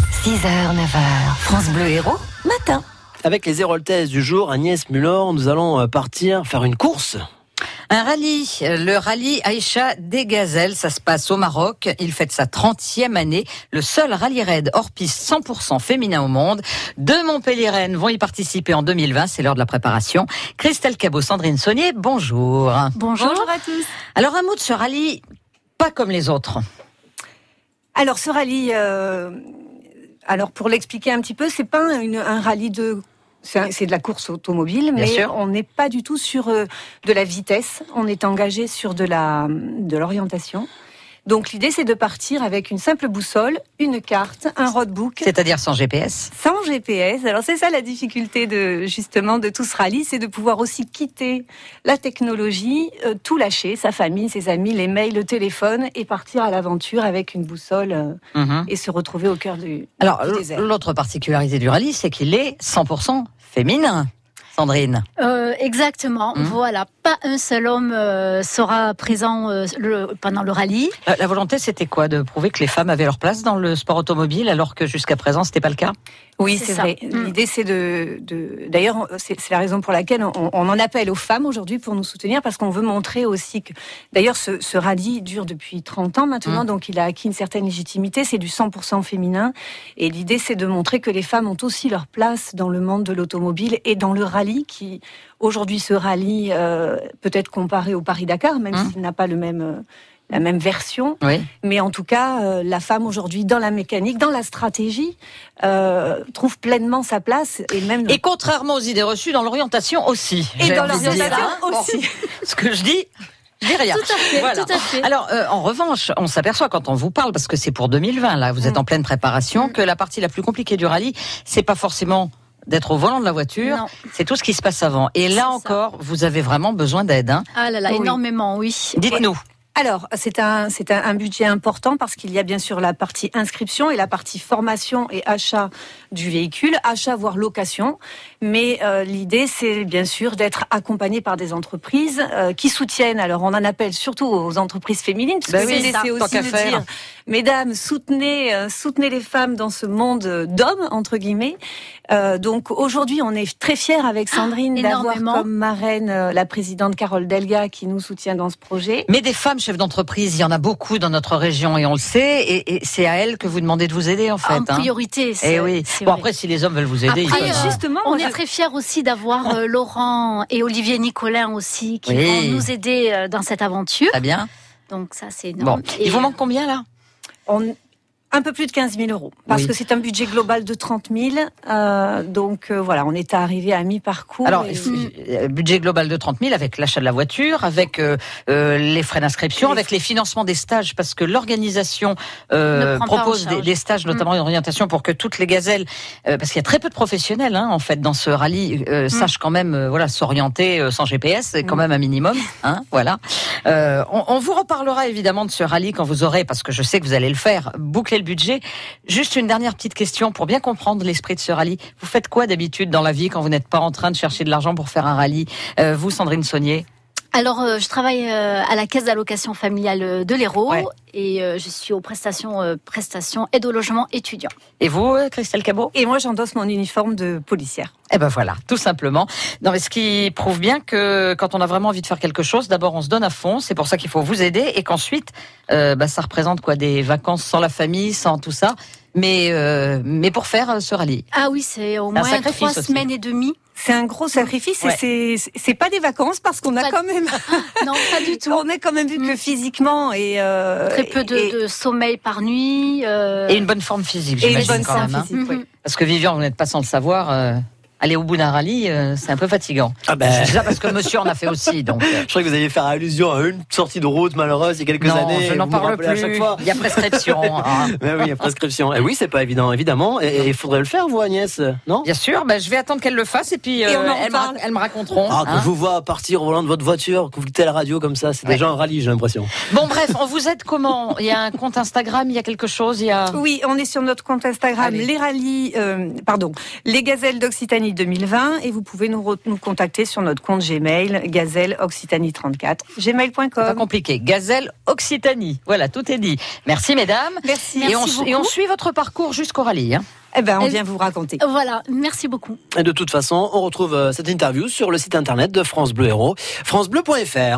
6h, 9h, France Bleu Héros, matin. Avec les Héroltaises du jour, Agnès Muller, nous allons euh, partir faire une course. Un rallye, le rallye Aïcha des Gazelles, ça se passe au Maroc. Il fête sa 30e année, le seul rallye raid hors piste 100% féminin au monde. Deux Montpellierennes vont y participer en 2020, c'est l'heure de la préparation. Christelle Cabot, Sandrine Saunier, bonjour. Bonjour. à tous. Alors un mot de ce rallye, pas comme les autres. Alors ce rallye, euh, alors pour l'expliquer un petit peu, c'est pas un- une- un rallye de c'est un- c'est de la course automobile, mais sûr. on n'est pas du tout sur euh, de la vitesse. On est engagé sur de la de l'orientation. Donc l'idée, c'est de partir avec une simple boussole, une carte, un roadbook, C'est-à-dire sans GPS. sans GPS. Alors c'est ça la difficulté de justement de tout ce rallye, c'est de pouvoir aussi quitter la technologie, euh, tout lâcher, sa famille, ses amis, les mails, le téléphone, et partir à l'aventure avec une boussole euh, Mhm. et se retrouver au cœur du. Alors Du l- désert. l'autre particularité du rallye, c'est qu'il est 100% féminin. Sandrine. Euh, exactement, Mhm. voilà. Pas un seul homme euh, sera présent euh, le- pendant le rallye. La, Euh, la volonté, c'était quoi De prouver que les femmes avaient leur place dans le sport automobile, alors que jusqu'à présent, c'était pas le cas Oui, C'est c'est ça. vrai. Mm. L'idée, c'est de. de- D'ailleurs, on- c'est c'est la raison pour laquelle on, on en appelle aux femmes aujourd'hui pour nous soutenir, parce qu'on veut montrer aussi que. D'ailleurs, ce, ce rallye dure depuis 30 ans maintenant, Mm. donc il a acquis une certaine légitimité. C'est du 100% féminin. Et l'idée, c'est de montrer que les femmes ont aussi leur place dans le monde de l'automobile et dans le rallye, qui aujourd'hui se rallye euh, peut-être comparé au Paris-Dakar, même Mm. s'il n'a pas le même. euh, la même version, Oui. Mais en tout cas, euh, la femme aujourd'hui, dans la mécanique, dans la stratégie, euh, trouve pleinement sa place et même. Et contrairement aux idées reçues, dans l'orientation aussi. et J'ai dans envie de dire, l'orientation hein. Bon, aussi. ce que je dis, je dis rien. Tout à fait, Voilà. tout à fait. Alors, euh, en revanche, on s'aperçoit quand on vous parle, parce que c'est pour 2020, là, vous êtes en pleine préparation, que la partie la plus compliquée du rallye, c'est pas forcément d'être au volant de la voiture, Non. c'est tout ce qui se passe avant. Et là ça. encore, vous avez vraiment besoin d'aide. hein. Ah là là, Oui. énormément, oui. Dites-nous. Alors, c'est un, c'est un, un budget important parce qu'il y a bien sûr la partie inscription et la partie formation et achat du véhicule, achat voire location. Mais euh, l'idée, c'est bien sûr d'être accompagné par des entreprises euh, qui soutiennent. Alors, on en appelle surtout aux entreprises féminines, parce Ben que oui, l'idée, ça, c'est tant aussi qu'à de faire. dire, mesdames, soutenez, euh, soutenez les femmes dans ce monde euh, d'hommes entre guillemets. Euh, donc aujourd'hui, on est très fiers avec Sandrine d'avoir énormément. comme marraine euh, la présidente Carole Delga qui nous soutient dans ce projet. Mais des femmes chefs d'entreprise, il y en a beaucoup dans notre région et on le sait, et, et c'est à elles que vous demandez de vous aider en fait. en hein. priorité, Eh c'est oui. c'est Bon vrai. après, si les hommes veulent vous aider, ils Après, peuvent, euh, hein. Ah, Justement, On moi, est je- très fiers aussi d'avoir euh, Laurent et Olivier Nicolin aussi qui Oui. vont nous aider euh, dans cette aventure. Ah, Très bien. Donc ça, c'est Bon, énorme. Et- il vous manque combien là on- un peu plus de 15 000 euros, parce Oui. que c'est un budget global de 30 000. euh, donc euh, voilà, on est arrivé à Oh, mi-parcours. Alors, et- il faut- euh, budget global de 30 000 avec l'achat de la voiture, avec euh, euh, les frais d'inscription, Les avec les financements des stages, parce que l'organisation euh, Ne prend pas en propose des, charge. Mm. des stages, notamment une orientation, pour que toutes les gazelles, euh, parce qu'il y a très peu de professionnels hein, en fait dans ce rallye, Mm. euh, sachent quand même euh, voilà s'orienter euh, sans GPS, c'est quand Mm. même un minimum. Hein, voilà. Euh, on, on vous reparlera évidemment de ce rallye quand vous aurez, parce que je sais que vous allez le faire, boucler le budget. Juste une dernière petite question pour bien comprendre l'esprit de ce rallye. Vous faites quoi d'habitude dans la vie quand vous n'êtes pas en train de chercher de l'argent pour faire un rallye Euh, Vous, Sandrine Saunier Alors, euh, je travaille euh, à la caisse d'allocation familiale euh, de l'Hérault Ouais. et euh, je suis aux prestations, euh, prestations aide au logement étudiant. et vous, euh, Christelle Cabot et moi, j'endosse mon uniforme de policière. Eh ben voilà, tout simplement. Non, mais ce qui prouve bien que quand on a vraiment envie de faire quelque chose, d'abord on se donne à fond. C'est pour ça qu'il faut vous aider et qu'ensuite, euh, bah, ça représente quoi Des vacances sans la famille, sans tout ça, mais euh, mais pour faire euh, ce rallye. Ah oui, c'est au C'est un moins sacrifice trois aussi. semaines et demie. C'est un gros sacrifice Ouais. et c'est- c'est pas des vacances parce qu'on a Pas- quand même, Non, pas du tout. on a quand même vu que physiquement et euh, Très peu et- de, de sommeil par nuit. euh, Et une bonne forme physique, et une j'imagine bonne quand forme même. hein. physique. oui. Mhm. Parce que Vivian, vous n'êtes pas sans le savoir, euh, aller au bout d'un rallye, euh, c'est un peu fatigant. Ah ben, Je dis ça parce que monsieur en a fait aussi, donc. euh, Je crois que vous alliez faire allusion à une sortie de route malheureuse il y a quelques non, années. je et n'en vous me parle rappelez plus. à chaque fois. Il y a prescription. hein. Mais oui, il y a prescription. Et oui, c'est pas évident, évidemment. Et il faudrait le faire, vous, Agnès, non Bien sûr, ben, je vais attendre qu'elle le fasse et puis Et on en elles, me, ra- reparle. elles me raconteront. Ah, quand hein. je vous vois partir au volant de votre voiture, que vous quittez la radio comme ça, c'est déjà un rallye, j'ai l'impression. Bon, bref, on vous aide comment Il y a un compte Instagram, il y a quelque chose, il y a. Oui, on est sur notre compte Instagram, Allez. les rallyes, euh, pardon, les gazelles d'Occitanie Occitanie 2020 et vous pouvez nous, re- nous contacter sur notre compte Gmail, gazelle occitanie 34, Pas gmail.com. compliqué. Gazelle Occitanie. Voilà, tout est dit. Merci, mesdames. Merci. et, on, Merci et on beaucoup. suit votre parcours jusqu'au rallye. hein. Eh ben, on Et- vient vous raconter. Voilà, merci beaucoup. Et de toute façon, on retrouve euh, cette interview sur le site internet de France Bleu Héros, francebleu.fr.